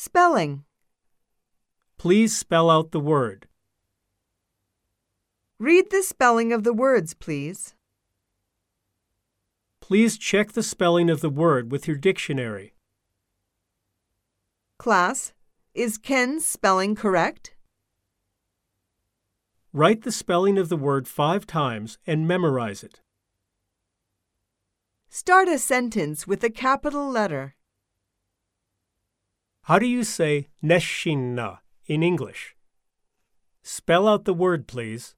Spelling. Please spell out the word. Read the spelling of the words, please. Please check the spelling of the word with your dictionary. Class, is Ken's spelling correct? Write the spelling of the word five times and memorize it. Start a sentence with a capital letter. How do you say neshinna in English? Spell out the word, please.